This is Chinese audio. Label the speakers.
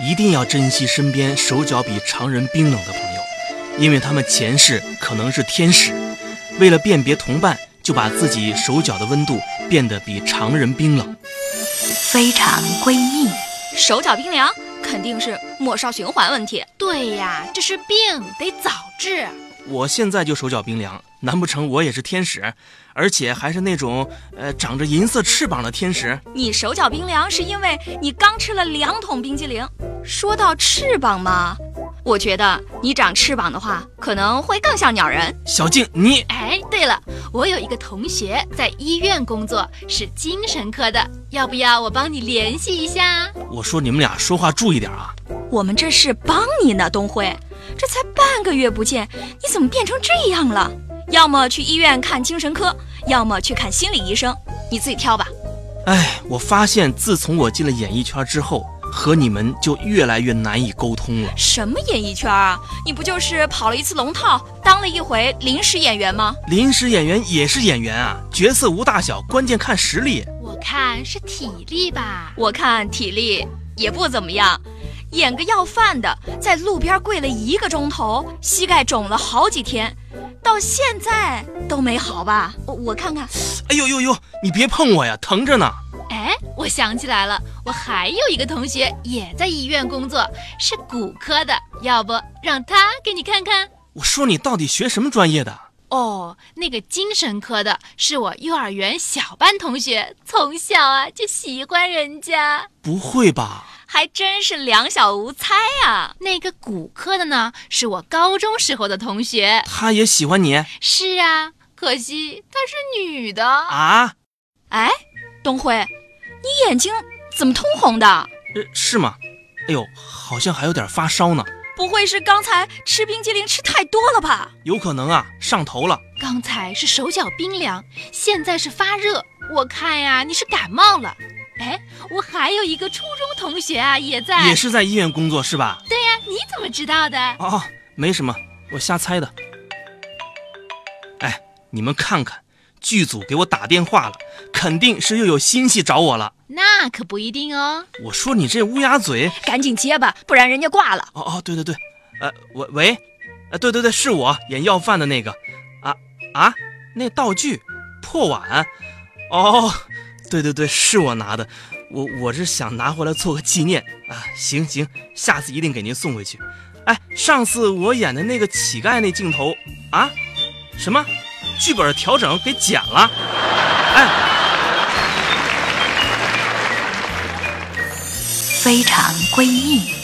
Speaker 1: 一定要珍惜身边手脚比常人冰冷的朋友，因为他们前世可能是天使，为了辨别同伴，就把自己手脚的温度变得比常人冰冷。
Speaker 2: 非常闺蜜，
Speaker 3: 手脚冰凉肯定是末梢循环问题。
Speaker 4: 对呀，这是病，得早治。
Speaker 1: 我现在就手脚冰凉，难不成我也是天使，而且还是那种呃长着银色翅膀的天使？
Speaker 3: 你手脚冰凉是因为你刚吃了两桶冰激凌。说到翅膀嘛，我觉得你长翅膀的话，可能会更像鸟人。
Speaker 1: 小静，你
Speaker 4: 哎，对了，我有一个同学在医院工作，是精神科的，要不要我帮你联系一下？
Speaker 1: 我说你们俩说话注意点啊！
Speaker 3: 我们这是帮你呢，东辉。这才半个月不见，你怎么变成这样了？要么去医院看精神科，要么去看心理医生，你自己挑吧。
Speaker 1: 哎，我发现自从我进了演艺圈之后，和你们就越来越难以沟通了。
Speaker 3: 什么演艺圈啊？你不就是跑了一次龙套，当了一回临时演员吗？
Speaker 1: 临时演员也是演员啊，角色无大小，关键看实力。
Speaker 4: 我看是体力吧。
Speaker 3: 我看体力也不怎么样。演个要饭的，在路边跪了一个钟头，膝盖肿了好几天，到现在都没好吧？我我看看，
Speaker 1: 哎呦呦呦，你别碰我呀，疼着呢！
Speaker 4: 哎，我想起来了，我还有一个同学也在医院工作，是骨科的，要不让他给你看看？
Speaker 1: 我说你到底学什么专业的？
Speaker 4: 哦，那个精神科的是我幼儿园小班同学，从小啊就喜欢人家。
Speaker 1: 不会吧？
Speaker 3: 还真是两小无猜啊！
Speaker 4: 那个骨科的呢，是我高中时候的同学。
Speaker 1: 他也喜欢你
Speaker 4: 是啊，可惜她是女的。
Speaker 1: 啊？
Speaker 3: 哎，东辉，你眼睛怎么通红的？
Speaker 1: 呃，是吗？哎呦，好像还有点发烧呢，
Speaker 3: 不会是刚才吃冰激凌吃太多了吧？
Speaker 1: 有可能啊，上头了。
Speaker 4: 刚才是手脚冰凉，现在是发热。我看呀、你是感冒了。哎，我还有一个初中同学啊，也在。
Speaker 1: 也是在医院工作是吧？
Speaker 4: 对呀、你怎么知道的？
Speaker 1: 哦，没什么，我瞎猜的。哎，你们看看，剧组给我打电话了，肯定是又有新戏找我了。
Speaker 4: 那可不一定哦。
Speaker 1: 我说你这乌鸦嘴！
Speaker 3: 赶紧接吧，不然人家挂了。
Speaker 1: 哦哦，对对对，呃，喂喂，呃，对对对，是我演要饭的那个，啊啊，那道具破碗，哦，对对对，是我拿的，我我是想拿回来做个纪念啊，行行，下次一定给您送回去。哎，上次我演的那个乞丐那镜头啊，什么剧本调整给剪了？
Speaker 2: 非常闺蜜。